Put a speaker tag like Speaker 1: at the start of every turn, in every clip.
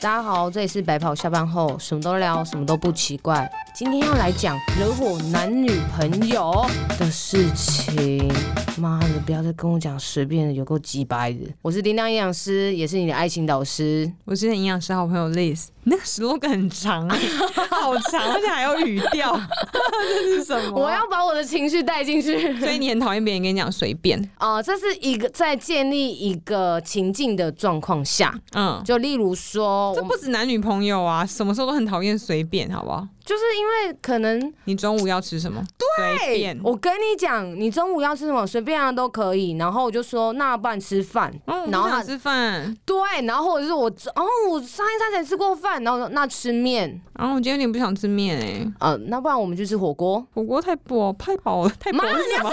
Speaker 1: 大家好，这里是白跑下班后，什么都聊，什么都不奇怪。今天要来讲，如果男女朋友的事情，妈的，不要再跟我讲随便的，有够鸡掰的。我是叮当营养师，也是你的爱情导师。
Speaker 2: 我是营养师好朋友 Liz，那个 slogan 很长、 欸，好长，而且还有语调， 这是什么？
Speaker 1: 我要把我的情绪带进 去。
Speaker 2: 所以你很讨厌别人跟你讲随便，
Speaker 1: 呃，这是一个在建立一个情境的状况下，
Speaker 2: 嗯，
Speaker 1: 就例如说，我
Speaker 2: 这
Speaker 1: 们
Speaker 2: 不止男女朋友啊，什么时候都很讨厌随便，好不好？
Speaker 1: 就是因为可能哎
Speaker 2: 你中午要吃什么？随便。
Speaker 1: 我跟你讲，你中午要吃什么随便啊都可以。然后我就说那不然吃饭，
Speaker 2: 嗯，
Speaker 1: 然
Speaker 2: 然
Speaker 1: 后
Speaker 2: 后
Speaker 1: 他
Speaker 2: 想吃饭，
Speaker 1: 对，然后或者是我哦我上一餐才吃过饭，然后我说那吃面，
Speaker 2: 然哦后我今天有点不想吃面哎、欸，
Speaker 1: 呃，那不然我们去吃火锅。
Speaker 2: 火锅太薄，太薄了， 太薄
Speaker 1: 妈
Speaker 2: 是什么？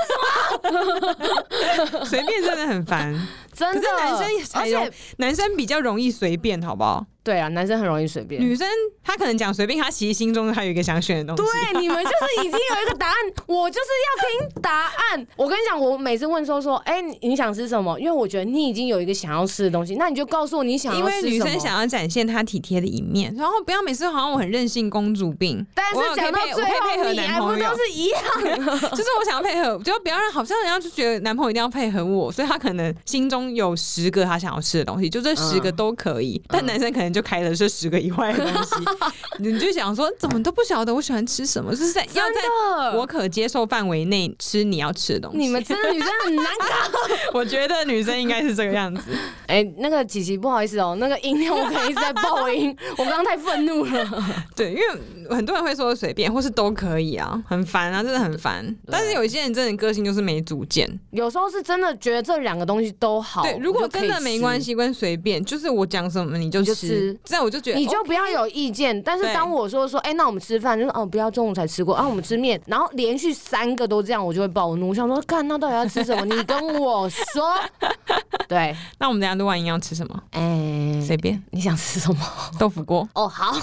Speaker 2: 随便真的很烦，
Speaker 1: 真
Speaker 2: 可
Speaker 1: 的，
Speaker 2: 是男生也才
Speaker 1: 而
Speaker 2: 容
Speaker 1: 且
Speaker 2: 男生比较容易随便，好不好？
Speaker 1: 对啊，男生很容易随便。
Speaker 2: 女生她可能讲随便，她其实心中还有一个想选的东西。
Speaker 1: 对，你们就是已经有一个答案， 我就是要听答案。我跟你讲，我每次问说说，哎、你你想吃什么？因为我觉得你已经有一个想要吃的东西，那你就告诉我你想
Speaker 2: 因
Speaker 1: 要吃
Speaker 2: 为
Speaker 1: 什么。
Speaker 2: 女生想要展现她体贴的一面，然后不要每次好像我很任性公主病，
Speaker 1: 但是
Speaker 2: 我有可以
Speaker 1: 讲到
Speaker 2: 配
Speaker 1: 最
Speaker 2: 我可以配
Speaker 1: 后，
Speaker 2: 合
Speaker 1: 你
Speaker 2: 男
Speaker 1: 还不
Speaker 2: 朋友
Speaker 1: 都，是一样？
Speaker 2: 就是我想要配合，就不要让好像人家就觉得男朋友一定要配合我，所以他可能心中有十个他想要吃的东西，就这十个都可
Speaker 1: 嗯
Speaker 2: 以，但男生可能就开了这十个以外的东西，
Speaker 1: 嗯
Speaker 2: 你就想说怎么都不晓得我喜欢吃什么，就是在要在
Speaker 1: 的
Speaker 2: 我可接受范围内吃你要吃的东西。
Speaker 1: 你们真的女生很难搞。
Speaker 2: 我觉得女生应该是这个样子，
Speaker 1: 哎、那个琪琪，不好意思哦，那个音量我可能一直在爆 音，我刚刚太愤怒了。
Speaker 2: 对，因为很多人会说随便，或是都可以啊，很烦啊，真的很烦。但是有一些人真的个性就是没主见，
Speaker 1: 有时候是真的觉得这两个东西都好，
Speaker 2: 对，如果
Speaker 1: 我就可以
Speaker 2: 真的没关系跟随便，就是我讲什么你就
Speaker 1: 你就
Speaker 2: 吃
Speaker 1: 吃，
Speaker 2: 这样我就觉
Speaker 1: 吃。
Speaker 2: 得
Speaker 1: 你就
Speaker 2: 哦
Speaker 1: 不要有意见，但是
Speaker 2: 对
Speaker 1: 当我说说，哎、那我们吃饭，就说哦，不要中午才吃过，啊，我们吃面，然后连续三个都这样，我就会暴怒，我想说，看那到底要吃什么？你跟我 说，对，
Speaker 2: 那我们等一下录完音要吃什么？
Speaker 1: 哎、
Speaker 2: 随便
Speaker 1: 你想吃什么？
Speaker 2: 豆 腐锅
Speaker 1: 哦，好，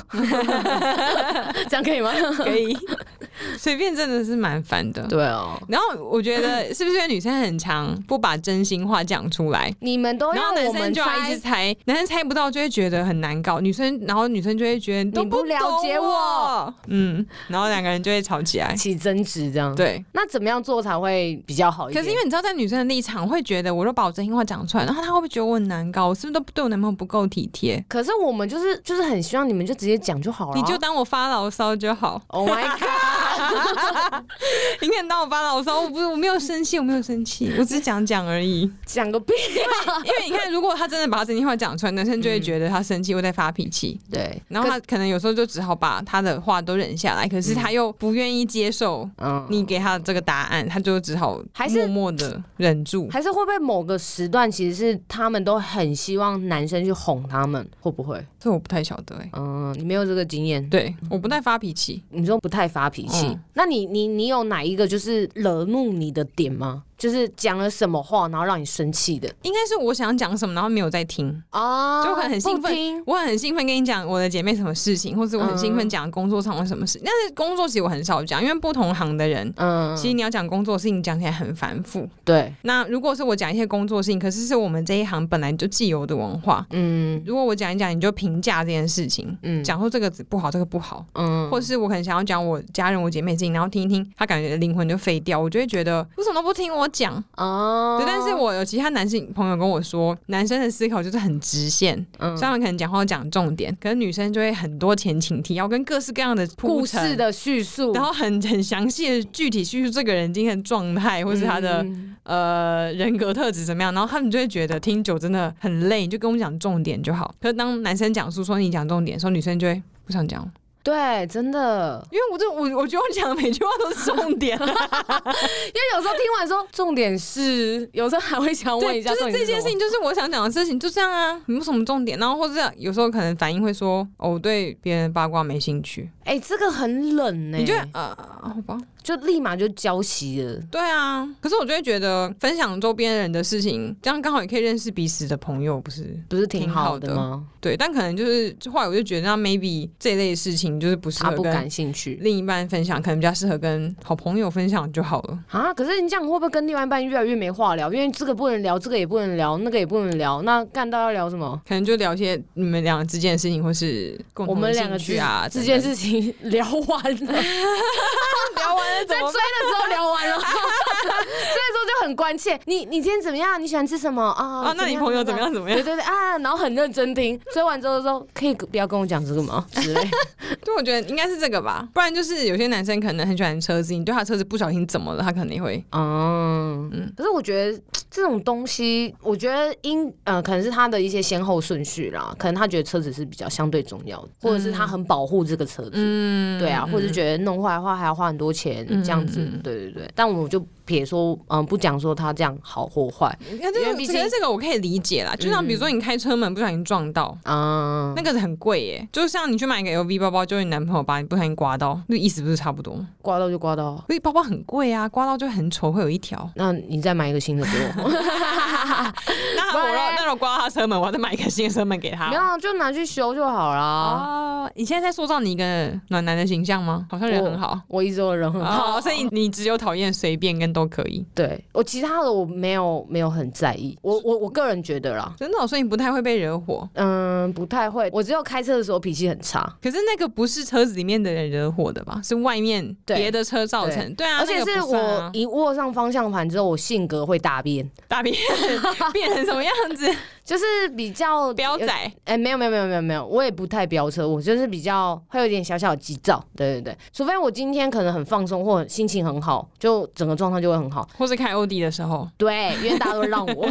Speaker 1: 这样可以吗？
Speaker 2: 可以， 随便真的是蛮烦的。
Speaker 1: 对哦，
Speaker 2: 然后我觉得是不是因为女生很常不把真心话讲出来？
Speaker 1: 你们都
Speaker 2: 然
Speaker 1: 要
Speaker 2: 后男
Speaker 1: 哦我们
Speaker 2: 生就要一
Speaker 1: 猜
Speaker 2: 直猜，男生猜不到就会觉得很难搞，女生然后女生就会觉得你都
Speaker 1: 你不了
Speaker 2: 懂
Speaker 1: 解
Speaker 2: 我，嗯，然后两个人就会吵 起来。
Speaker 1: 起争执这样。
Speaker 2: 对，
Speaker 1: 那怎么样做才会比较好一
Speaker 2: 可
Speaker 1: 点？
Speaker 2: 是因为你知道，在女生的立场会觉得，我若把我真心话讲出来，然后她会不会觉得我很难搞？我是不是都对我男朋友不够体贴？
Speaker 1: 可是我们就是就是很希望你们就直接讲就好了啊、
Speaker 2: 你就当我发牢骚就好，
Speaker 1: Oh my god！
Speaker 2: 你可以当我发牢骚，我不是我没有生气，我没有生气，我只是讲讲 而已。
Speaker 1: 讲个屁！啊
Speaker 2: 因为你看，如果她真的把她真心话讲出来，男生就会觉得她生气，我在发脾气。
Speaker 1: 对，
Speaker 2: 然后她可能有时候就只好把她的话都忍下来，可是她又不愿意接受
Speaker 1: 嗯，
Speaker 2: 你给她的这个答案，她就只好
Speaker 1: 还是
Speaker 2: 默默的忍住。
Speaker 1: 还是会不会某个时段其实是他们都很希望男生去哄他们，会不会？
Speaker 2: 这我不太晓得哎、欸，
Speaker 1: 嗯，你没有这个经验，
Speaker 2: 对，我不太发脾气，
Speaker 1: 你说不太发脾气，
Speaker 2: 嗯
Speaker 1: 那你你你有哪一个就是惹怒你的点吗？就是讲了什么话，然后让你生气的
Speaker 2: 应该是我想讲什么，然后没有在听。
Speaker 1: 哦
Speaker 2: 就很很兴奋
Speaker 1: 不听
Speaker 2: 我很兴奋跟你讲我的姐妹什么事情，或是我很兴
Speaker 1: 嗯
Speaker 2: 奋讲工作上的什么事。但是工作其实我很少讲，因为不同行的人，
Speaker 1: 嗯，
Speaker 2: 其实你要讲工作的事情讲起来很繁复。
Speaker 1: 对，
Speaker 2: 那如果是我讲一些工作事情，可是是我们这一行本来就既有的文化。
Speaker 1: 嗯
Speaker 2: 如果我讲一讲，你就评价这件事情，
Speaker 1: 嗯
Speaker 2: 讲说这个不好，这个不好，
Speaker 1: 嗯，
Speaker 2: 或是我可能想要讲我家人、我姐妹事情，然后听一听，他感觉灵魂就飞掉，我就会觉得为什么都不听我讲？
Speaker 1: 哦，
Speaker 2: 对，但是我有其他男性朋友跟我说，男生的思考就是很直线，
Speaker 1: 嗯
Speaker 2: 所以他们可能讲话都讲重点，可是女生就会很多前情提要跟各式各样的
Speaker 1: 故
Speaker 2: 铺陈
Speaker 1: 事，的叙述，
Speaker 2: 然后很很详细的具体叙述这个人今天的状态，或是他的、
Speaker 1: 嗯
Speaker 2: 呃人格特质怎么样，然后他们就会觉得听久真的很累，你就跟我们讲重点就好。可是当男生讲述说你讲重点的时候，女生就会不想讲了，
Speaker 1: 对，真的，
Speaker 2: 因为我就我我觉得我讲的每句话都是重点，啊
Speaker 1: 因为有时候听完说重点是，有时候还会想问一
Speaker 2: 对，
Speaker 1: 下
Speaker 2: 就
Speaker 1: 重
Speaker 2: 是
Speaker 1: 点
Speaker 2: 这件
Speaker 1: 什
Speaker 2: 事
Speaker 1: 么
Speaker 2: 情，就是我想讲的事情，就这样啊，没有什么重点。然后或者有时候可能反应会说，哦，我对别人的八卦没兴趣，
Speaker 1: 哎、这个很冷呢、
Speaker 2: 你就会呃，好吧，
Speaker 1: 就立马就交集了。
Speaker 2: 对啊，可是我就会觉得分享周边人的事情，这样刚好也可以认识彼此的朋友，不是？
Speaker 1: 不是挺好
Speaker 2: 挺
Speaker 1: 的
Speaker 2: 好的
Speaker 1: 吗？
Speaker 2: 对，但可能就是后来我就觉得，那 maybe 这类事情就是不适
Speaker 1: 他
Speaker 2: 合
Speaker 1: 啊不
Speaker 2: 跟
Speaker 1: 感兴趣
Speaker 2: 另一半分享，可能比较适合跟好朋友分享就好了。
Speaker 1: 啊！可是你这样会不会跟另外一半越来越没话聊？因为这个不能聊，这个也不能聊，那个也不能聊，那干到要聊什么？
Speaker 2: 可能就聊一些你们两个之间的事情，或是共
Speaker 1: 我
Speaker 2: 同
Speaker 1: 们
Speaker 2: 的
Speaker 1: 两个
Speaker 2: 兴趣啊
Speaker 1: 之之
Speaker 2: 等等
Speaker 1: 间事情 聊完了，
Speaker 2: 聊完了怎
Speaker 1: 在追的
Speaker 2: 么办？
Speaker 1: 时候聊 完了，所以说就很关切。你你今天怎么样？你喜欢吃什么啊？
Speaker 2: 啊，那你朋友怎么？样？怎么样
Speaker 1: 对？对对啊，然后很认真听，追完之后说可以不要跟我讲这个 吗？之类。
Speaker 2: 对，我觉得应该是这个吧，不然就是有些男生可能很喜欢车子，你对他车子不小心怎么了，他可能也会
Speaker 1: 哦，
Speaker 2: 嗯
Speaker 1: 可是我觉得这种东西，我觉得因呃，可能是他的一些先后顺序啦，可能他觉得车子是比较相对重要的，或者是他很保护这个车子，
Speaker 2: 嗯
Speaker 1: 对啊，或者是觉得弄坏的话还要花很多钱、
Speaker 2: 嗯
Speaker 1: 这样子，对对对。但我就撇说，嗯、不讲说他这样好或坏，
Speaker 2: 那这
Speaker 1: 因为
Speaker 2: 个
Speaker 1: 毕
Speaker 2: 其
Speaker 1: 竟
Speaker 2: 实嗯这个我可以理解啦，就像比如说你开车门不小心撞到。
Speaker 1: 嗯，
Speaker 2: 那个很贵耶、就像你去买一个 LV 包包，就是你男朋友把你不小心刮到，那意思不是差不多吗？
Speaker 1: 刮到就刮到，。
Speaker 2: 所以包包很贵啊，刮到就很丑，会有一条
Speaker 1: 那你再买一个新的给我，
Speaker 2: 那
Speaker 1: 不
Speaker 2: 我
Speaker 1: 然嘞
Speaker 2: 要那我刮到他车门，我要再买一个新的车门给他。
Speaker 1: 没有啊就拿去修就好啦。
Speaker 2: 哦，你现在在塑造你一个暖男的形象吗？好像人很好。
Speaker 1: 我一直都人很好，
Speaker 2: 哦，所以你只有讨厌随便跟都可以，
Speaker 1: 对我其他的我没有没有很在意，我我我个人觉得啦，
Speaker 2: 真的哦、所以你不太会被惹火。
Speaker 1: 嗯，不太会。我只有开车的时候脾气很差，
Speaker 2: 可是那个不是车子里面的人惹火的吧？是外面
Speaker 1: 对
Speaker 2: 别的车造成。对啊，
Speaker 1: 而且
Speaker 2: 那个
Speaker 1: 是
Speaker 2: 不算啊
Speaker 1: 我一握上方向盘之后，我性格会大变，
Speaker 2: 大便变成什么样子？
Speaker 1: 就是比较
Speaker 2: 彪
Speaker 1: 有。
Speaker 2: 仔，
Speaker 1: 哎、没有没有没有没有没有，我也不太飙车，我就是比较会有点小小的急躁，对对对，除非我今天可能很放松或心情很好，就整个状态就会很好，
Speaker 2: 或是开欧迪的时候，
Speaker 1: 对，因为大家都让我，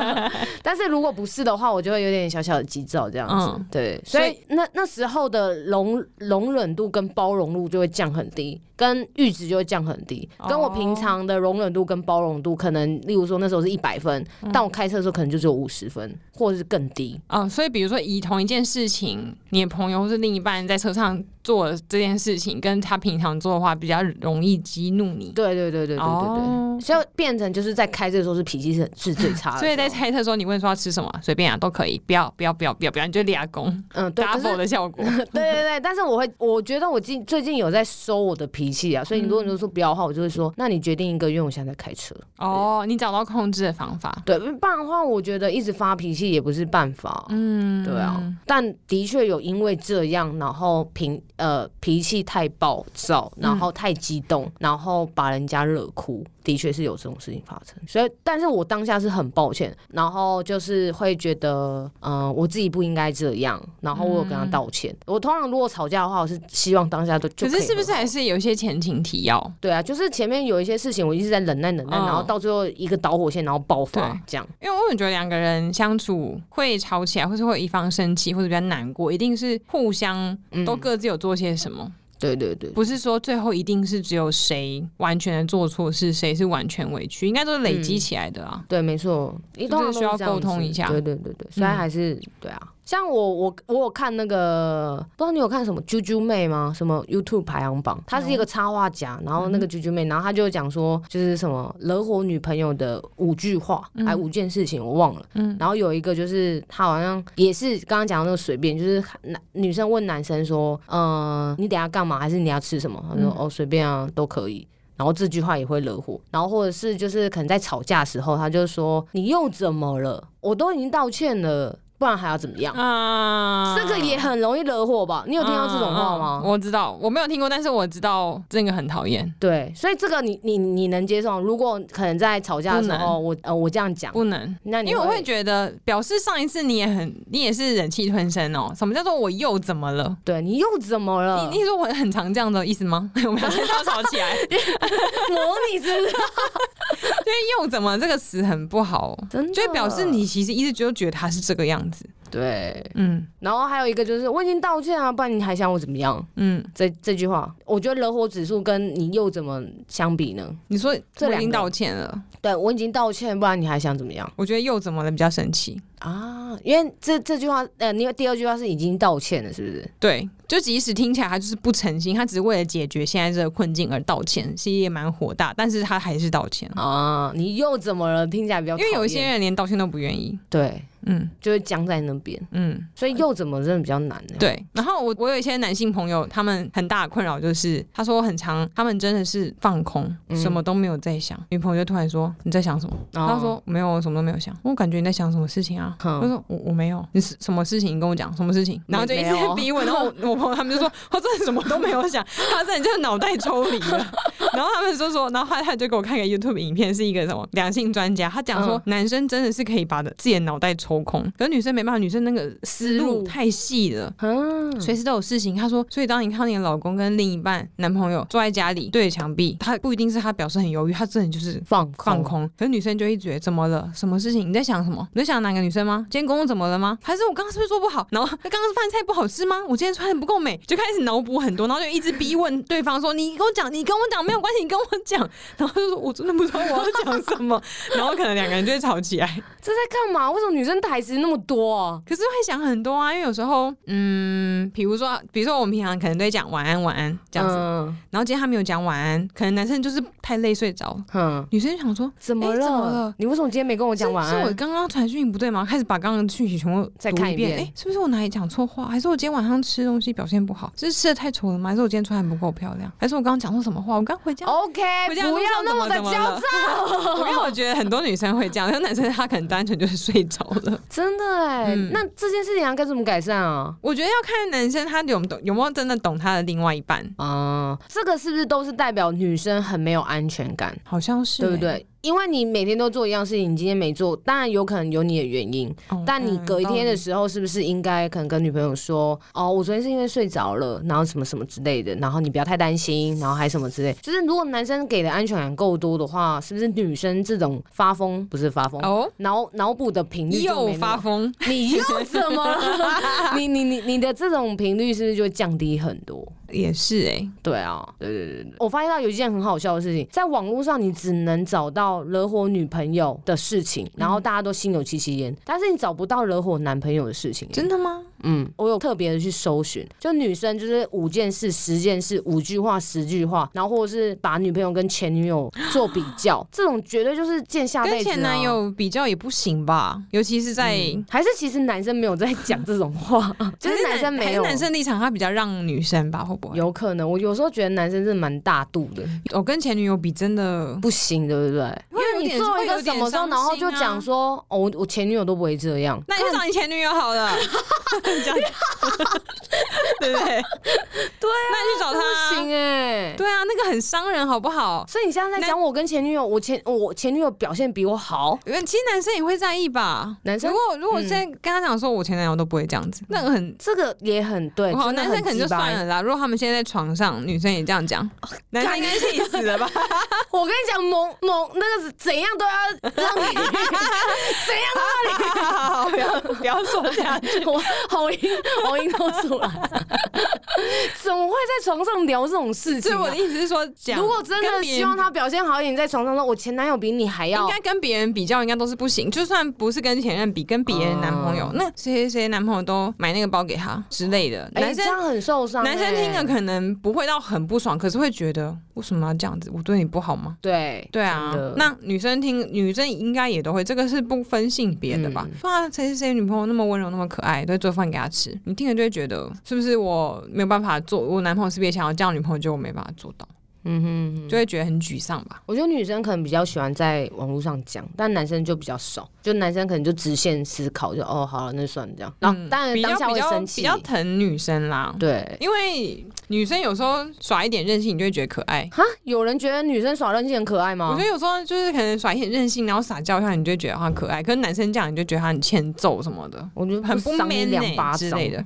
Speaker 1: 但是如果不是的话，我就会有点小小的急躁这样子，
Speaker 2: 嗯
Speaker 1: 对，
Speaker 2: 所
Speaker 1: 所
Speaker 2: 以
Speaker 1: 以那那时候的容容忍度跟包容度就会降很低，跟阈值就会降很低，
Speaker 2: 哦
Speaker 1: 跟我平常的容忍度跟包容度，可能例如说那时候是一百分，
Speaker 2: 嗯
Speaker 1: 但我开车的时候可能就只有五十分，或者是更低。
Speaker 2: 啊、所以比如说以同一件事情，你的朋友或是另一半在车上做这件事情，跟他平常做的话，比较容易激怒你。
Speaker 1: 对对对对对对对，
Speaker 2: 哦
Speaker 1: 所以变成就是在开车的时候是脾气是是最差的时候，
Speaker 2: 所以在猜测的时候，你问说要吃什么，随便啊都可以，不要不要不要不要不要，你就俩工
Speaker 1: 嗯对，可是
Speaker 2: double 的 效果。
Speaker 1: 对对对，但是我会，我觉得我近最近有在收我的脾气啊，所以你如果你都说不要的话，我就会说，那你决定一个，因为我现在在开车。
Speaker 2: 哦，你找到控制的方法。
Speaker 1: 对，不然的话，我觉得一直发脾气也不是办法。
Speaker 2: 嗯，
Speaker 1: 对啊，但的确有因为这样，然后平呃脾气太暴躁，
Speaker 2: 嗯
Speaker 1: 然后太激动，然后把人家惹哭，的确是有这种事情发生。所以，但是我当下是很抱歉，然后就是会觉得，嗯、我自己不应该这样，然后我有跟他道歉。我通常如果吵架的话，我是希望当下都就
Speaker 2: 嗯可是
Speaker 1: 以
Speaker 2: 是不
Speaker 1: 和
Speaker 2: 是还是有一些前情提要？
Speaker 1: 对啊，就是前面有一些事情，我一直在忍耐忍耐，
Speaker 2: 嗯
Speaker 1: 然后到最后一个导火线，然后爆发
Speaker 2: 对
Speaker 1: 这样。
Speaker 2: 因为我很觉得两个人相处会吵起来，或是会有一方生气，或者比较难过，一定是互相
Speaker 1: 嗯
Speaker 2: 都各自有做些什么，
Speaker 1: 对对对，
Speaker 2: 不是说最后一定是只有谁完全的做错事，谁是完全委屈，应该都是累积起来的啊。
Speaker 1: 对，没错，你通常都
Speaker 2: 就是需要
Speaker 1: 这样
Speaker 2: 沟通
Speaker 1: 子
Speaker 2: 一下嗯
Speaker 1: 对对对对，所以还是、对啊。像我我我有看那个，不知道你有看什么啾啾妹吗？什么 YouTube 排行榜，她是一个插画家，然后那
Speaker 2: 嗯
Speaker 1: 个啾啾妹，然后她就讲说，就是什么惹火女朋友的五句话，还五件事情，我忘了。
Speaker 2: 嗯
Speaker 1: 然后有一个就是她好像也是刚刚讲的那个随便，就是男女生问男生说，嗯，你等一下干嘛？还是你要吃什么？他
Speaker 2: 嗯
Speaker 1: 说、哦随便啊，都可以。然后这句话也会惹火，然后或者是就是可能在吵架的时候，他就说你又怎么了？我都已经道歉了，不然还要怎么样？
Speaker 2: 啊
Speaker 1: 这个也很容易惹火吧？你有听到这种话吗？
Speaker 2: 嗯嗯我知道，我没有听过，但是我知道这个很讨厌，
Speaker 1: 对，所以这个你你你能接受？如果可能在吵架的时候，我呃我这样讲，
Speaker 2: 不能。
Speaker 1: 那你
Speaker 2: 因为我会觉得，表示上一次你也很，你也是忍气吞声哦。什么叫做我又怎么了？
Speaker 1: 对你又怎么了？
Speaker 2: 你你说我很常这样的意 思吗？我们要先要吵起来，因为
Speaker 1: 模拟是不是？
Speaker 2: “又怎么”这个词很不好哦、
Speaker 1: 真的
Speaker 2: 就会表示你其实一直就觉得他是这个样子，
Speaker 1: 对，
Speaker 2: 嗯
Speaker 1: 然后还有一个就是我已经道歉啊，不然你还想我怎么样？
Speaker 2: 嗯，
Speaker 1: 这这句话，我觉得惹火指数跟你又怎么相比呢？
Speaker 2: 你说
Speaker 1: 这
Speaker 2: 我已
Speaker 1: 两
Speaker 2: 经
Speaker 1: 个
Speaker 2: 道歉了，
Speaker 1: 对我已经道歉，不然你还想怎么样
Speaker 2: 我觉得又怎么了比较生气？
Speaker 1: 啊？因为这这句话，呃，你第二句话是已经道歉了，是不是？
Speaker 2: 对，就即使听起来他就是不诚心，他只是为了解决现在这个困境而道歉，其实也蛮火大，但是他还是道歉，
Speaker 1: 啊，你又怎么了？听起来比较
Speaker 2: 因为有一些
Speaker 1: 讨厌
Speaker 2: 人连道歉都不愿意。
Speaker 1: 对，
Speaker 2: 嗯
Speaker 1: 就会僵在那边，
Speaker 2: 嗯，
Speaker 1: 所以又怎么真的比较难呢？
Speaker 2: 对。然后我我有一些男性朋友，他们很大的困扰就是，他说很长，他们真的是放空，
Speaker 1: 嗯
Speaker 2: 什么都没有在想。女朋友就突然说你在想什么？
Speaker 1: 哦
Speaker 2: 他说没有，我什么都没有想。我感觉你在想什么事情啊？
Speaker 1: 哼
Speaker 2: 我说我我没有，你是什么事情？你跟我讲什么事情？然后就一直
Speaker 1: 没有
Speaker 2: 在逼问，然后我我朋友他们就说他真的什么都没有想，他真的就是脑袋抽离了。 然后他们就说，然后他他就给我看个 YouTube 影片，是一个什么两性专家，他讲说
Speaker 1: 嗯
Speaker 2: 男生真的是可以把自己的脑袋抽空，可是女生没办法，女生那个思
Speaker 1: 思路
Speaker 2: 路太细了。
Speaker 1: 嗯，
Speaker 2: 随时都有事情。他说，所以当你看到你的老公跟另一半、男朋友坐在家里对着墙壁，他不一定是他表示很犹豫，他真的就是
Speaker 1: 放空
Speaker 2: 放空。可是女生就一直觉得怎么了？什么事情？你在想什么？你在想哪个女生吗？今天公公怎么了吗？还是我刚刚是不是做不好？然后哎刚刚饭菜不好吃吗？我今天穿的不够美，就开始脑补很多，然后就一直逼问对方说：“你跟我讲，你跟我讲，没有关系，你跟我讲。”然后就说：“我真的不知道我要讲什么。” 然后可能两个人就会吵起来。
Speaker 1: 这在干嘛？为什么女生台词那么多啊？
Speaker 2: 可是会想很多啊，因为有时候，嗯，比如说，比如说我们平常可能都会讲晚安，晚安这样子，
Speaker 1: 嗯
Speaker 2: 然后今天他没有讲晚安，可能男生就是太累睡着了，
Speaker 1: 哼，
Speaker 2: 女生就想说
Speaker 1: 怎么
Speaker 2: 诶
Speaker 1: 了？
Speaker 2: 哎怎么了
Speaker 1: 你为什么今天没跟我讲晚
Speaker 2: 是是我
Speaker 1: 安？
Speaker 2: 刚刚传讯不对吗？开始把刚刚的讯息全部
Speaker 1: 再
Speaker 2: 读
Speaker 1: 看一
Speaker 2: 一遍，
Speaker 1: 遍
Speaker 2: 诶是不是我哪里讲错话？还是我今天晚上吃东西表现不好？是吃的太丑了吗？还是我今天穿的不够漂亮？还是我刚刚讲错什么话？我刚回家。
Speaker 1: OK，不
Speaker 2: 回家路
Speaker 1: 要
Speaker 2: 上
Speaker 1: 那
Speaker 2: 怎
Speaker 1: 么
Speaker 2: 么
Speaker 1: 的
Speaker 2: 怎么
Speaker 1: 焦
Speaker 2: 了
Speaker 1: 躁，
Speaker 2: 因 为我觉得很多女生会这样，有男生他可能单纯就是睡着了。
Speaker 1: 真的哎、
Speaker 2: 嗯
Speaker 1: 那这件事情要该怎么改善啊？
Speaker 2: 我觉得要看男生他有懂有没有真的懂他的另外一半，
Speaker 1: 啊、这个是不是都是代表女生很没有安全感，
Speaker 2: 好像是、
Speaker 1: 对不
Speaker 2: 诶
Speaker 1: 对？因为你每天都做一样事情，你今天没做，当然有可能有你的原因，
Speaker 2: 哦
Speaker 1: 但你
Speaker 2: 嗯
Speaker 1: 隔一
Speaker 2: 道
Speaker 1: 天的
Speaker 2: 理
Speaker 1: 时候，是不是应该可能跟女朋友说，哦，我昨天是因为睡着了，然后什么什么之类的，然后你不要太担心，然后还什么之类。就是如果男生给的安全感够多的话，是不是女生这种发疯不是发疯，
Speaker 2: 哦，
Speaker 1: 脑脑补的频率就
Speaker 2: 又
Speaker 1: 没那
Speaker 2: 发
Speaker 1: 么？
Speaker 2: 疯，
Speaker 1: 你又怎么 了？你你你你的这种频率是不是就会降低很多？
Speaker 2: 也是哎、
Speaker 1: 对啊，对对对对，我发现到有一件很好笑的事情，在网络上你只能找到惹火女朋友的事
Speaker 2: 嗯
Speaker 1: 情，然后大家都心有戚戚焉，但是你找不到惹火男朋友的事情、
Speaker 2: 真的吗？
Speaker 1: 嗯，我有特别的去搜寻，就女生就是五件事、十件事、五句话、十句话，然后或者是把女朋友跟前女友做比较，这种绝对就是见下辈
Speaker 2: 跟
Speaker 1: 子、啊。
Speaker 2: 前男友比较也不行吧，尤其是在、
Speaker 1: 还是其实男生没有在讲这种 话，就是男生没
Speaker 2: 还
Speaker 1: 有
Speaker 2: 是。男生立场，他比较让女生吧，会不会？
Speaker 1: 有可能，我有时候觉得男生是蛮大度的，
Speaker 2: 我跟前女友比真的，
Speaker 1: 不行，对不对？因
Speaker 2: 会有
Speaker 1: 为你
Speaker 2: 点
Speaker 1: 做一
Speaker 2: 会
Speaker 1: 个
Speaker 2: 有
Speaker 1: 什
Speaker 2: 点
Speaker 1: 么时候，
Speaker 2: 伤
Speaker 1: 然后
Speaker 2: 心
Speaker 1: 就
Speaker 2: 啊
Speaker 1: 讲说，哦，我我前女友都不会这样，
Speaker 2: 那你就找你前女友 好了，这样，对不对？对啊，那你去找
Speaker 1: 不
Speaker 2: 他啊、
Speaker 1: 行哎、
Speaker 2: 对啊，那个很伤人，好不好？
Speaker 1: 所以你现在在
Speaker 2: 那
Speaker 1: 讲我跟前女友，我前我前女友表现比我好，
Speaker 2: 因为嗯其实男生也会在意吧。
Speaker 1: 男生嗯
Speaker 2: 如果如果现在跟他讲说，我前男友都不会这样子，那个很
Speaker 1: 这个也很对，
Speaker 2: 好，
Speaker 1: 真的
Speaker 2: 哦男
Speaker 1: 很
Speaker 2: 生可能就
Speaker 1: 鸡欸掰哦
Speaker 2: 算了啦。如果他们现在在床上，女生也这样讲， 男生应该气死了 吧？
Speaker 1: 我跟你讲，某某那个是怎样都要让 你 怎样
Speaker 2: 好，不要不要说这样。
Speaker 1: 都 要，我喉音喉音都出来了， 怎么会在床上聊这种事
Speaker 2: 所
Speaker 1: 情
Speaker 2: 以
Speaker 1: 啊、
Speaker 2: 我的意思是说，讲
Speaker 1: 如果真
Speaker 2: 跟
Speaker 1: 的
Speaker 2: 别人
Speaker 1: 希望他表现好一点，在床上哦说，我前男友比你还要
Speaker 2: 应该跟别人比较，应该都是不行。就算不是跟前任比，跟别人男朋友，
Speaker 1: 嗯
Speaker 2: 那谁谁谁男朋友都买那个包给他之类的，
Speaker 1: 哎、
Speaker 2: 男生
Speaker 1: 这。样很受伤、
Speaker 2: 男生
Speaker 1: 哎
Speaker 2: 听了可能不会到很不爽，可是会觉得为什么要这样子？我对你不好吗？
Speaker 1: 对
Speaker 2: 对啊
Speaker 1: 真的，
Speaker 2: 那女生听女生应该也都会，这个是不分性别的
Speaker 1: 嗯
Speaker 2: 吧？哇，谁谁谁女朋友那么温柔，那么可爱，都会做饭给她吃，你听了就会觉得是不是我没有办法做？我男朋友是不是也想要这样女朋友，就我没办法做到，
Speaker 1: 嗯哼
Speaker 2: 就会觉得很沮丧吧？
Speaker 1: 我觉得女生可能比较喜欢在网络上讲，但男生就比较少，就男生可能就直线思考，就哦好了，那就算了这样。然后、
Speaker 2: 嗯
Speaker 1: 当然
Speaker 2: 比较
Speaker 1: 当下
Speaker 2: 比
Speaker 1: 会
Speaker 2: 较
Speaker 1: 生气
Speaker 2: 比，较疼女生啦，
Speaker 1: 对，
Speaker 2: 因为女生有时候耍一点任性，你就会觉得可爱。
Speaker 1: 哈，有人觉得女生耍任性很可爱
Speaker 2: 我
Speaker 1: 吗
Speaker 2: 觉得？有时候就是可能耍一点任性，然后撒娇一下，你就会觉得他可爱。可是男生这样，你就觉得他很欠揍什么的，
Speaker 1: 我觉得
Speaker 2: 很不
Speaker 1: 赏
Speaker 2: man
Speaker 1: 你
Speaker 2: 欸
Speaker 1: 两巴
Speaker 2: 之
Speaker 1: 掌
Speaker 2: 类的。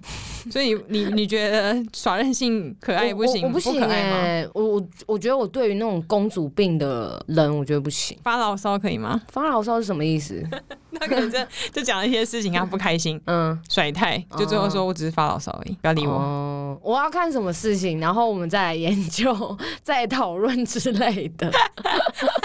Speaker 2: 所以你你觉得耍任性可爱不行，
Speaker 1: 我我不行
Speaker 2: 可爱吗？
Speaker 1: 哎、我我我觉得我对于那种公主病的人，我觉得不行。
Speaker 2: 发牢骚可 以吗？
Speaker 1: 发牢骚是什么意思？
Speaker 2: 那可能就就讲了一些事情，他不开心，
Speaker 1: 嗯，
Speaker 2: 甩态，就最后说我只是发牢骚而已，不要理我。
Speaker 1: 哦，我要看什么事情，然后我们再来研究、再讨论之类的。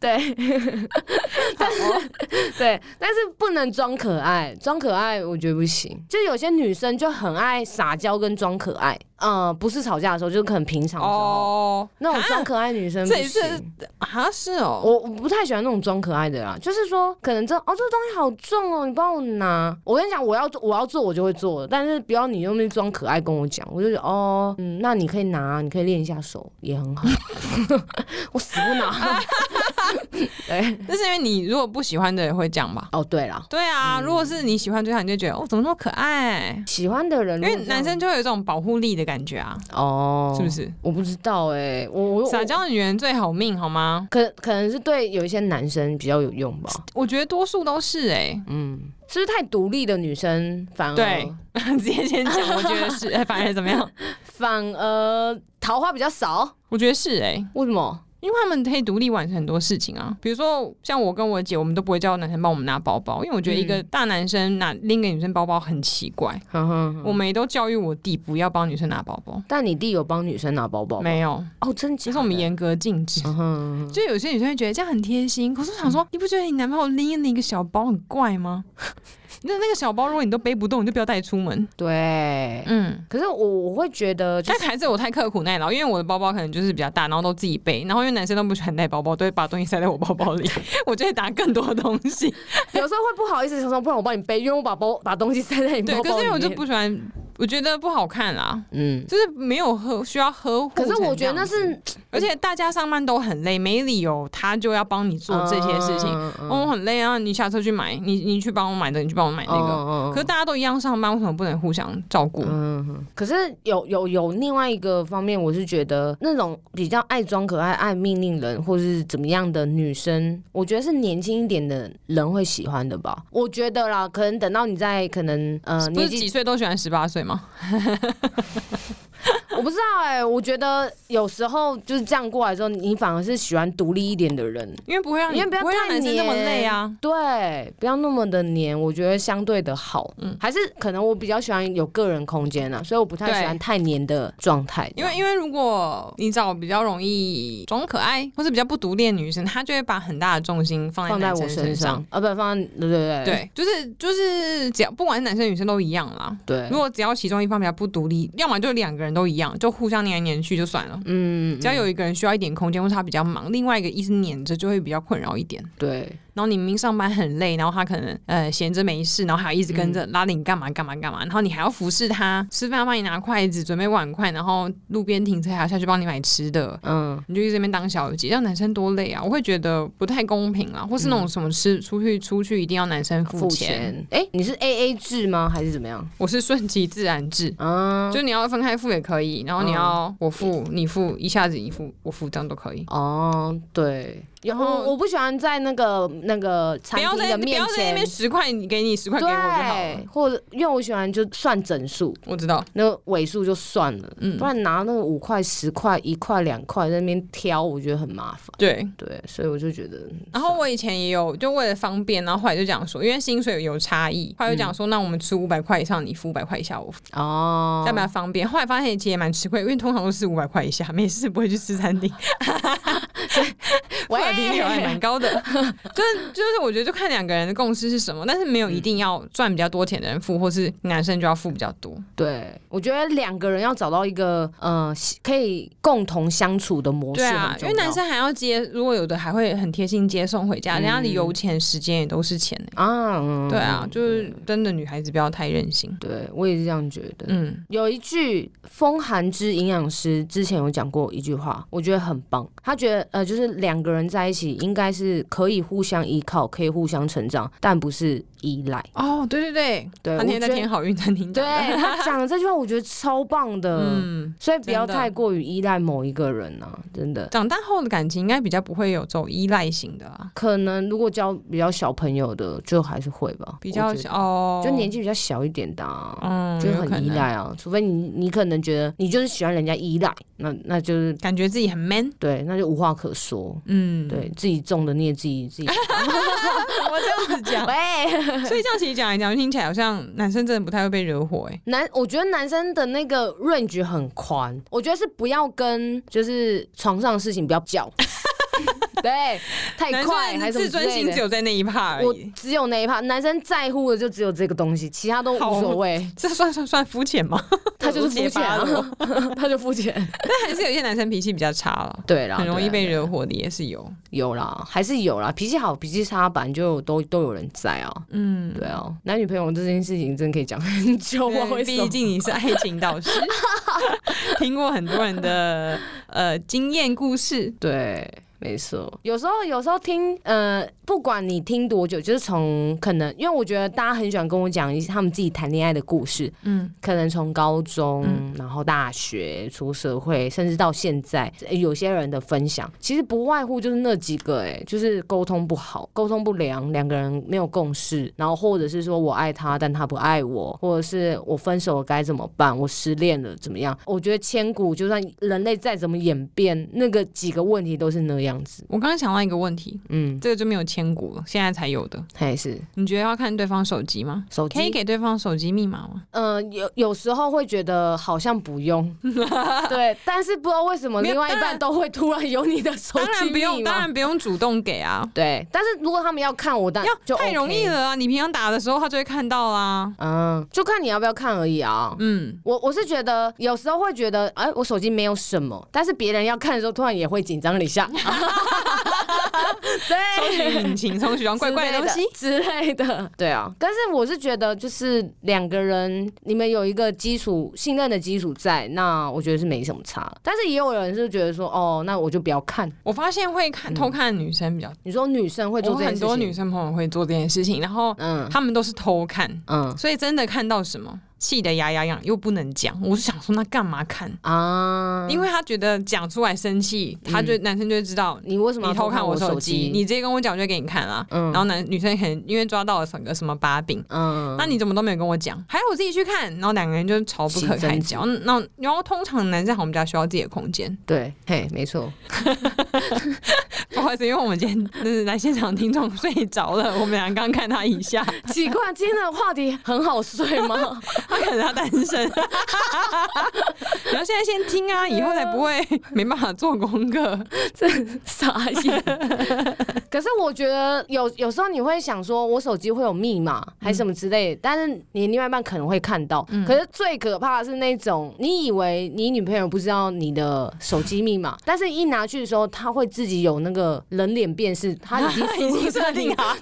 Speaker 1: 对，对，但是不能装可爱，装可爱我觉得不行。就有些女生就很爱撒娇跟装可爱，嗯、不是吵架的时候，就是很平 常的时候，
Speaker 2: 哦，
Speaker 1: 那种装可爱的女生不
Speaker 2: 这也是
Speaker 1: 行。
Speaker 2: 啊，是哦，
Speaker 1: 我我不太喜欢那种装可爱的啦，就是说，可能这哦，这个东西好重哦，你帮我拿。我跟你讲，我要做我要做我就会做的，但是不要你用那装可爱跟我讲，我就觉得哦，嗯，那你可以拿，你可以练一下手也很好。 我死不拿。 对，
Speaker 2: 那是因为你如果不喜欢的人会这样吧？
Speaker 1: 哦对啦，
Speaker 2: 对啊，如果是
Speaker 1: 嗯
Speaker 2: 你喜欢对象，你就觉得哦，怎么那么可爱？
Speaker 1: 喜欢的人
Speaker 2: 因
Speaker 1: 如果
Speaker 2: 为男生就会有一种保护力的感觉啊，
Speaker 1: 这样哦，
Speaker 2: 是不？是？
Speaker 1: 我不知道哎、我我
Speaker 2: 撒
Speaker 1: 我
Speaker 2: 娇的女人最好命，好吗？
Speaker 1: 可可能是对有一些男生比较有用吧，
Speaker 2: 我觉得多数都是哎、
Speaker 1: 嗯，是不是太独立的女生反而
Speaker 2: 对， 直接先讲，我觉得 是，哎反而怎么样？
Speaker 1: 反而桃花比较少？
Speaker 2: 我觉得是哎、
Speaker 1: 为什么？
Speaker 2: 因为他们可以独立完成很多事情啊，比如说像我跟我姐，我们都不会叫男生帮我们拿包包，因为我觉得一个大男生拿拎个女生包包很奇怪。
Speaker 1: 哼哼
Speaker 2: 我
Speaker 1: 哼，
Speaker 2: 们也都教育我弟不要帮女生拿包包，
Speaker 1: 但你弟有帮女生拿包包吗？
Speaker 2: 没有，
Speaker 1: 哦，真
Speaker 2: 其
Speaker 1: 其
Speaker 2: 实我们严格禁止。
Speaker 1: 嗯哼，
Speaker 2: 就有些女生会觉得这样很贴心，可是我想说，你不觉得你男朋友拎你一个小包很怪吗？ 那那个小包如果你都背不动，你就不要带出门。
Speaker 1: 对。
Speaker 2: 嗯，
Speaker 1: 可是我我会觉得，就
Speaker 2: 但
Speaker 1: 是
Speaker 2: 还是我太刻苦耐劳，因为我的包包可能就是比较大，然后都自己背，然后因为男生都不喜欢带包包，都会把东西塞在我包包里， 我就会拿更多东西。
Speaker 1: 有时候会不好意思，想说不然我帮你背，因为我把包把东西塞 在你
Speaker 2: 对，
Speaker 1: 包
Speaker 2: 可
Speaker 1: 包
Speaker 2: 是
Speaker 1: 里
Speaker 2: 因为我
Speaker 1: 面。
Speaker 2: 就不喜欢，我觉得不好看啦，
Speaker 1: 嗯，
Speaker 2: 就是没有呵需要呵护。
Speaker 1: 可是我觉得那，是
Speaker 2: 而且大家上班都很累，没理由他就要帮你做这些事情。
Speaker 1: 嗯嗯
Speaker 2: 哦，我很累啊，你下车去买，你你去帮我买的，你去帮我买那个。
Speaker 1: 嗯
Speaker 2: 可是大家都一样上班，为什么不能互相照顾？
Speaker 1: 嗯哼，可是有有有另外一个方面，我是觉得那种比较爱装可爱、爱命令人或是怎么样的女生，我觉得是年轻一点的人会喜欢的吧。我觉得啦，可能等到你在可能呃
Speaker 2: 不是
Speaker 1: 年纪
Speaker 2: 几岁都喜欢十八岁吗？
Speaker 1: 我不知道哎、我觉得有时候就是这样过来之后，你反而是喜欢独立一点的人。
Speaker 2: 因为不会让你
Speaker 1: 因为不要
Speaker 2: 会让
Speaker 1: 太
Speaker 2: 男生那么
Speaker 1: 黏
Speaker 2: 累啊。
Speaker 1: 对，不要那么的黏，我觉得相对的好。嗯，还是可能我比较喜欢有个人空间啊，所以我不太
Speaker 2: 对
Speaker 1: 喜欢太黏的状态。
Speaker 2: 因为因为如果你找比较容易装可爱或是比较不独立的女生，她就会把很大的重心放在
Speaker 1: 放在
Speaker 2: 男
Speaker 1: 我
Speaker 2: 生身
Speaker 1: 身上。，啊，不，放在对对对
Speaker 2: 对，就是就是，只要不管是男生女生都一样啦。
Speaker 1: 对
Speaker 2: 如果只要其中一方比较不独立，要么就两个人都一样，就互相黏来黏去就算了。
Speaker 1: 嗯，
Speaker 2: 只要有一个人需要一点空间，或是他比较忙，另外一个一直黏着就会比较困扰一点。
Speaker 1: 对，
Speaker 2: 然后你明明上班很累，然后他可能呃闲着没事，然后还要一直跟
Speaker 1: 嗯
Speaker 2: 着拉你干嘛干嘛干嘛，然后你还要服侍他，吃饭要帮你拿筷子，准备碗筷，然后路边停车还要下去帮你买吃的。
Speaker 1: 嗯，
Speaker 2: 你就一直在那边当小姐，让男生多累啊！我会觉得不太公平啊，或是那种什么吃出去出去一定要男生付
Speaker 1: 嗯付钱。哎，你是 A A 制吗？还是怎么样？
Speaker 2: 我是顺其自然制，
Speaker 1: 啊，
Speaker 2: 就你要分开付也可以，然后你
Speaker 1: 嗯
Speaker 2: 要我付你付，一下子你付我付，这样都可以。
Speaker 1: 哦，对，然
Speaker 2: 然后
Speaker 1: 后我不喜欢在那个那个
Speaker 2: 哦不
Speaker 1: 餐
Speaker 2: 要
Speaker 1: 厅
Speaker 2: 在
Speaker 1: 的
Speaker 2: 不
Speaker 1: 面
Speaker 2: 要在那
Speaker 1: 前
Speaker 2: 边十块你给你十块给我就好了
Speaker 1: 对，。或者因为我喜欢就算整数，
Speaker 2: 我知道，
Speaker 1: 那尾数就算了，
Speaker 2: 嗯
Speaker 1: 不，然拿那个五块、十块、一块、两块在那边挑，我觉得很麻烦。
Speaker 2: 对。
Speaker 1: 对，所以我就觉得，
Speaker 2: 然后我以前也有，就为了方便，然后后来就讲说，因为薪水有差异，后来就
Speaker 1: 嗯
Speaker 2: 讲说，那我们吃五百块以上，你付五百块以下，我付，
Speaker 1: 哦
Speaker 2: 这，样比较方便。后来发现其实也蛮吃亏，因为通常都是五百块以下，没事不会去吃餐厅，
Speaker 1: 喂
Speaker 2: 后来比例还蛮高的。 就是就是，我觉得就看两个人的共识是什么，但是
Speaker 1: 嗯
Speaker 2: 没有一定要赚比较多钱的人付，或是男生就要付比较多。
Speaker 1: 对，我觉得两个人要找到一个呃可以共同相处的模式
Speaker 2: 对啊
Speaker 1: 很，重
Speaker 2: 因
Speaker 1: 要
Speaker 2: 为男生还要接，如果有的还会很贴心接送回家，人家的油钱、时间也都是钱呢、
Speaker 1: 啊，嗯
Speaker 2: 对啊，就是真的女孩子不要太任性。
Speaker 1: 对我也是这样觉得。
Speaker 2: 嗯，
Speaker 1: 有一句风寒之营养师之前有讲过一句话，我觉得很棒。他觉得呃，就是两个人在一起应该是可以互相依靠，可以互相成长，但不是依赖。
Speaker 2: 哦，对对对，
Speaker 1: 对
Speaker 2: 他那天在
Speaker 1: 我觉得
Speaker 2: 听好运餐 厅
Speaker 1: 对
Speaker 2: 讲的，
Speaker 1: 他讲的这句话，我觉得超棒的。
Speaker 2: 嗯，
Speaker 1: 所以不要
Speaker 2: 真的
Speaker 1: 太过于依赖某一个人啊，真的。
Speaker 2: 长大后的感情应该比较不会有这种依赖型的啦，
Speaker 1: 可能如果交比较小朋友的，就还是会吧，
Speaker 2: 比较
Speaker 1: 我觉得
Speaker 2: 哦，
Speaker 1: 就年纪比较小一点的、啊，
Speaker 2: 嗯，
Speaker 1: 就
Speaker 2: 有可
Speaker 1: 很依
Speaker 2: 能，
Speaker 1: 赖啊。除非你你可能觉得你就是喜欢人家依赖，那那就是
Speaker 2: 感觉自己很 man，
Speaker 1: 对，那就无话可说。
Speaker 2: 嗯，
Speaker 1: 对自己种的孽自己 自己
Speaker 2: 我这样子 讲，
Speaker 1: 喂，
Speaker 2: 所以这样其实讲来讲去，听起来好像男生真的不太会被惹火、欸，
Speaker 1: 男我觉得男生的那个 range 很宽，我觉得是不要跟就是床上的事情不要叫， 对，太
Speaker 2: 男
Speaker 1: 快
Speaker 2: 生
Speaker 1: 还
Speaker 2: 的
Speaker 1: 是什么之
Speaker 2: 自尊
Speaker 1: 类
Speaker 2: 心
Speaker 1: 的
Speaker 2: 只有在那一趴而
Speaker 1: 我
Speaker 2: 已，
Speaker 1: 只有那一趴，男生在乎的就只有这个东西，其他都无
Speaker 2: 好
Speaker 1: 所谓。
Speaker 2: 这算算算肤浅 吗？
Speaker 1: 他就是肤浅、
Speaker 2: 我结巴了
Speaker 1: 啊， 他就肤浅。
Speaker 2: 但还是有一些男生脾气比较差了。
Speaker 1: 对啦，
Speaker 2: 很容易
Speaker 1: 对啦啊
Speaker 2: 被惹火的也是有，
Speaker 1: 有啦，还是有啦，脾气好脾气差，本来就都都有人在啊。
Speaker 2: 嗯，
Speaker 1: 对啊，男女朋友这件事情真的可以讲很 久啊，为什
Speaker 2: 毕
Speaker 1: 么？
Speaker 2: 竟你是爱情 导师，听过很多人的呃经验故事。
Speaker 1: 对，没错。有时候，有时候听，呃，不管你听多久，就是从可能，因为我觉得大家很喜欢跟我讲一些他们自己谈恋爱的故事，
Speaker 2: 嗯，
Speaker 1: 可能从高中，然后大学、出社会，甚至到现在，呃有些人的分享，其实不外乎就是那几个、哎，就是沟通不好，沟通不良，两个人没有共识，然后或者是说我爱他，但他不爱我，或者是我分手了该怎么办，我失恋了怎么样？我觉得千古就算人类再怎么演变，那个几个问题都是那样子，
Speaker 2: 我刚刚想到一个问题，
Speaker 1: 嗯，
Speaker 2: 这个就没有千古了，现在才有的。
Speaker 1: 还是
Speaker 2: 你觉得要看对方手机吗？
Speaker 1: 手
Speaker 2: 可以
Speaker 1: 机。
Speaker 2: 给对方手机密码吗？
Speaker 1: 嗯、有有时候会觉得好像不 用，对，但是不知道为什么
Speaker 2: 没有
Speaker 1: 另外一
Speaker 2: 当
Speaker 1: 半
Speaker 2: 然
Speaker 1: 都会突然有你的手
Speaker 2: 当然
Speaker 1: 机
Speaker 2: 不
Speaker 1: 密
Speaker 2: 用，当
Speaker 1: 码。
Speaker 2: 然不用主动给啊，
Speaker 1: 对，但是如果他们要看我，但
Speaker 2: 要
Speaker 1: 就、
Speaker 2: 太容易。了啊！你平常打的时候，他就会看到啦。
Speaker 1: 嗯，就看你要不要看而已啊。
Speaker 2: 嗯，
Speaker 1: 我我是觉得有时候会觉得，哎、我手机没有什么，但是别人要看的时候，突然也会紧张了一 下。
Speaker 2: 搜
Speaker 1: 对，
Speaker 2: 寻引擎从喜欢怪怪的东西。
Speaker 1: 之类的之类的，对啊。但是我是觉得，就是两个人你们有一个基础信任的基础在，那我觉得是没什么差。但是也有人是觉得说，哦，那我就不要看。
Speaker 2: 我发现会看偷看的女生比较，
Speaker 1: 你说女嗯生会做
Speaker 2: 我
Speaker 1: 这件事情，
Speaker 2: 很多女生朋友会做这件事情，然后
Speaker 1: 嗯
Speaker 2: 他们都是偷看，
Speaker 1: 嗯
Speaker 2: 所以真的看到什么，气得牙痒痒，又不能讲。我是想说，那干嘛看？
Speaker 1: 啊，
Speaker 2: 因为他觉得讲出来生气，他就、男生就会知道
Speaker 1: 你为什么要
Speaker 2: 嗯你偷看
Speaker 1: 我
Speaker 2: 我手
Speaker 1: 机
Speaker 2: 机，？你直接跟我讲，我就给你看啦。
Speaker 1: 嗯
Speaker 2: 然后男女生可能因为抓到了什个什么把柄。
Speaker 1: 嗯，
Speaker 2: 那你怎么都没有跟我讲？还有我自己去看，然后两个人就吵不可开交。嗯那然后通常男生好，我们家需要自己的空间。
Speaker 1: 对，嘿，没错，
Speaker 2: 不好意思，因为我们今天 就是来现场听众睡着了，我们俩刚看他一下，
Speaker 1: 奇怪，今天的话题很好睡吗？
Speaker 2: 他可能他单身， 然后现在先听啊，以后才不 会没办法做功课。
Speaker 1: 傻眼。 可是我觉得有有时候你会想说，我手机会有密码还是什么之
Speaker 2: 嗯
Speaker 1: 类的，但是你另外一半可能会看到。可是最可怕的是那种，你以为你女朋友不知道你的手机密 码，但是一拿去的时候，她会自己有那个人脸辨识，她已经 哎
Speaker 2: 已经设定 好，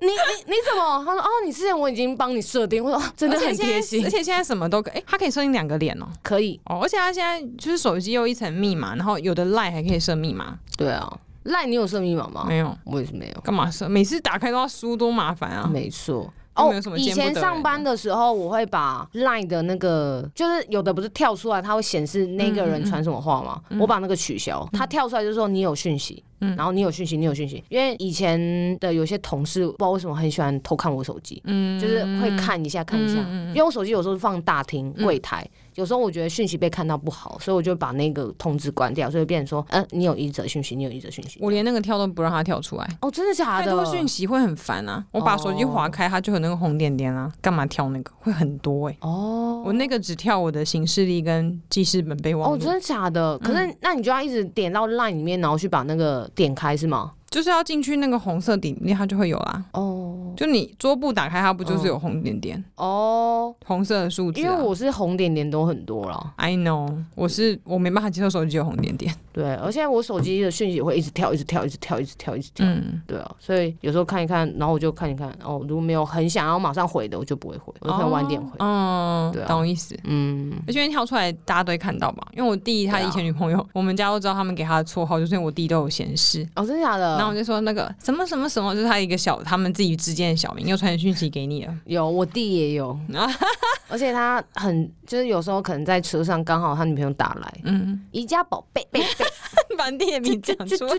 Speaker 1: 你你你怎么？她说哦，你之前我已经帮你设定，我说、哦、真的
Speaker 2: 而且
Speaker 1: 很
Speaker 2: 现
Speaker 1: 贴
Speaker 2: 在
Speaker 1: 心
Speaker 2: 而，且现在什么都可，哎、它可以设定两个脸哦。
Speaker 1: 可以。
Speaker 2: 哦，而且它现在就是手机又一层密码，然后有的 line 还可以设密码，
Speaker 1: 对啊，赖你有设密码吗？
Speaker 2: 没有，
Speaker 1: 我也是没有。
Speaker 2: 干嘛设？每次打开都要输，多麻烦啊！
Speaker 1: 没错。
Speaker 2: 就
Speaker 1: 哦
Speaker 2: 没有什，么
Speaker 1: 以
Speaker 2: 见不得欸
Speaker 1: 前
Speaker 2: 人
Speaker 1: 上班的时候，我会把 LINE 的那个，就是有的不是跳出来，它会显示那个人传什么话吗？我把那个取消，它跳出来就说你有讯息，
Speaker 2: 嗯
Speaker 1: 然后你有讯息，你有讯息。因为以前的有些同事不知道为什么很喜欢偷看我手机，
Speaker 2: 嗯
Speaker 1: 就是会看一下看一下，因为我手机有时候是放大厅柜台，有时候我觉得讯息被看到不好，所以我就把那个通知关掉，所以变成说，嗯、你有一则讯息，你有一则讯息。
Speaker 2: 我连那个跳都不让它跳出来，
Speaker 1: 哦，真的假
Speaker 2: 太
Speaker 1: 的
Speaker 2: 多？讯息会很烦啊！我把手机划开，它就有那个红点点啊，干嘛跳那个？会很多哎、
Speaker 1: 哦，
Speaker 2: 我那个只跳我的行事历跟记事本备忘
Speaker 1: 哦，
Speaker 2: 录，
Speaker 1: 真的假的？可是
Speaker 2: 嗯
Speaker 1: 那你就要一直点到 LINE 里面，然后去把那个点开是吗？
Speaker 2: 就是要进去那个红色底，它就会有啦。
Speaker 1: 哦
Speaker 2: 就你桌布打开，它不就是有红点点、
Speaker 1: 哦，
Speaker 2: 红色的数字、啊？
Speaker 1: 因为我是红点点都很多啦，
Speaker 2: I know，我是我没办法接受手机有红点点。
Speaker 1: 对，而且我手机的讯息会一直跳，一直跳，一直跳，一直跳，一直跳。
Speaker 2: 嗯，
Speaker 1: 对啊，所以有时候看一看，然后我就看一看，哦，如果没有很想要马上回的，我就不会回，我就可能晚点回。
Speaker 2: 嗯
Speaker 1: 对啊
Speaker 2: 懂意思。
Speaker 1: 嗯，
Speaker 2: 而且因为跳出来，大家都会看到吧？因为我弟他
Speaker 1: 对啊
Speaker 2: 以前女朋友，我们家都知道他们给他的绰号，就是因为我弟都有显示。
Speaker 1: 哦，真的假的？
Speaker 2: 然后我就说那个什么什么什么，就是他一个小他们自己之间的小名，又传讯息给你了。
Speaker 1: 有，我弟也 有，而且他很就是有时候可能在车上刚好他女朋友打来，
Speaker 2: 嗯，
Speaker 1: 宜家宝贝，贝贝，
Speaker 2: 把你的名字 讲出来。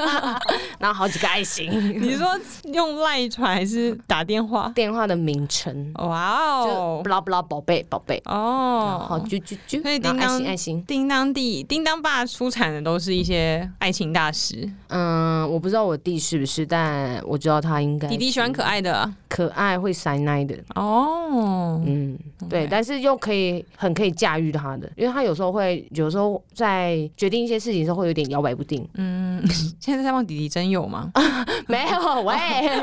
Speaker 1: 然后好几个爱心，
Speaker 2: 你说用赖传还是打电话？
Speaker 1: 电话的名称
Speaker 2: 哇
Speaker 1: 就
Speaker 2: 哦
Speaker 1: 不，啦不啦宝贝宝贝，
Speaker 2: 哦，
Speaker 1: 好啾啾啾，
Speaker 2: 所以
Speaker 1: 然
Speaker 2: 叮
Speaker 1: 后爱
Speaker 2: 当
Speaker 1: 心爱心，
Speaker 2: 叮当弟、叮当爸出产的都是一些爱情大师。
Speaker 1: 嗯，我不知道我弟是不是，但我知道他应该
Speaker 2: 弟弟喜欢可爱的
Speaker 1: 可爱会塞奶的，
Speaker 2: 哦，
Speaker 1: 嗯，对，但是又可以很可以驾驭他的，因为他有时候会，有时候在决定一些事情的时候会有点摇摆不定。
Speaker 2: 嗯，现在在帮弟弟真有吗？
Speaker 1: 没有， 喂，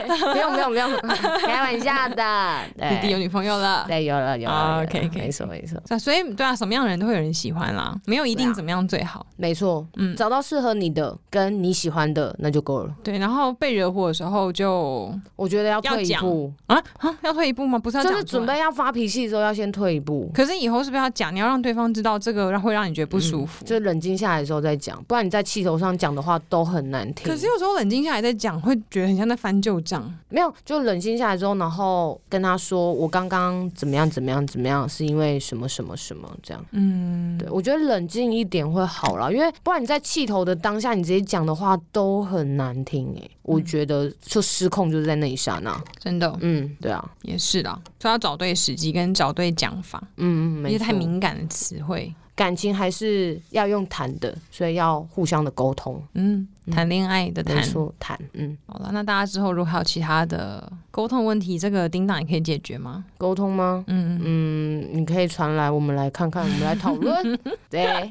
Speaker 1: 不用不用不用，开玩笑的。
Speaker 2: 弟弟有
Speaker 1: 对，
Speaker 2: 女朋友了。
Speaker 1: 对，有了有了有
Speaker 2: 啊
Speaker 1: 了
Speaker 2: ，OK，OK
Speaker 1: 没错没错
Speaker 2: 啊所以对啊，什么样的人都会有人喜欢啦，没有一
Speaker 1: 对
Speaker 2: 定
Speaker 1: 啊
Speaker 2: 怎么样最好。
Speaker 1: 没错，
Speaker 2: 嗯
Speaker 1: 找到适合你的跟你喜欢的那就够了。
Speaker 2: 对，然后被惹火的时候就
Speaker 1: 我觉得要
Speaker 2: 要
Speaker 1: 退一
Speaker 2: 讲
Speaker 1: 步，
Speaker 2: 啊啊，要退一步吗？不是要
Speaker 1: 就
Speaker 2: 讲
Speaker 1: 是
Speaker 2: 出来
Speaker 1: 准备要发脾气的时候要先退一步。
Speaker 2: 可是以后是不是要讲？你要让对方知道这个让会让你觉得不舒服。
Speaker 1: 就冷静下来的时候再讲，不然你在气头上讲的话都很难听。
Speaker 2: 可是有时候冷静下来再讲，会觉得很像在翻旧账。
Speaker 1: 没有，就冷静下来之后，然后跟他说我刚刚怎么样怎么样怎么样，是因为什么什么什么这样。
Speaker 2: 嗯，
Speaker 1: 对，我觉得冷静一点会好啦，因为不然你在气头的当下，你直接讲的话都很难听诶、
Speaker 2: 嗯
Speaker 1: 我觉得就失控就是在那一刹那。
Speaker 2: 真的
Speaker 1: 嗯，对啊，
Speaker 2: 也是啦，所以要找对时机跟找对讲法，
Speaker 1: 嗯嗯，
Speaker 2: 一
Speaker 1: 没
Speaker 2: 些
Speaker 1: 错
Speaker 2: 太敏感的词汇。
Speaker 1: 感情还是要用谈的，所以要互相的沟通。
Speaker 2: 嗯，谈恋爱的
Speaker 1: 没
Speaker 2: 谈。
Speaker 1: 错，谈，嗯，
Speaker 2: 好了，那大家之后如果还有其他的沟通问题，这个叮当也可以解决吗？
Speaker 1: 沟通吗？
Speaker 2: 嗯，
Speaker 1: 嗯，你可以传来，我们来看看，我们来讨 论。对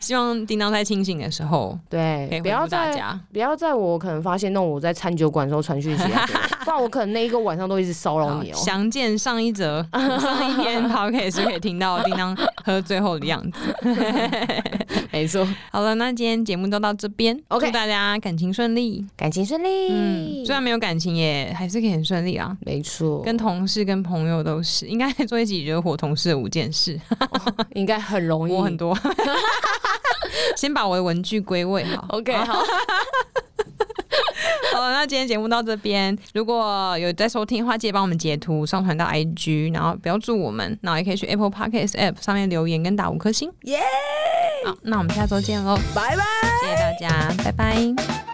Speaker 2: 希望叮当在清醒的时候可以
Speaker 1: 对，不
Speaker 2: 回
Speaker 1: 要
Speaker 2: 复大
Speaker 1: 再
Speaker 2: 家。
Speaker 1: 不要在我可能发现那种我在餐酒馆的时候传讯息 来给我，不然我可能那一个晚上都一直骚扰
Speaker 2: 好
Speaker 1: 你哦、
Speaker 2: 详见上一则上一篇 podcast 就可以听到叮当喝最后的样 子。
Speaker 1: 没错，
Speaker 2: 好了，那今天节目就到这边
Speaker 1: OK
Speaker 2: 祝大家感情顺利。
Speaker 1: 感情顺
Speaker 2: 嗯，
Speaker 1: 利。
Speaker 2: 虽然没有感情，也还是可以很顺利啊。
Speaker 1: 没错，
Speaker 2: 跟同事、跟朋友都是，应该做一起惹火同事的五件事，
Speaker 1: 应该很容易。
Speaker 2: 我很多。 先把我的文具归位 好。
Speaker 1: OK，好，
Speaker 2: 好了，那今天节目到这边，如果有在收听的话，记得帮我们截图上传到 IG，然后标注我们，然后也可以去 Apple Podcast App 上面留言跟打五颗星。耶！好，那我们下周见喽，
Speaker 1: 拜拜。
Speaker 2: 谢谢大家，拜拜。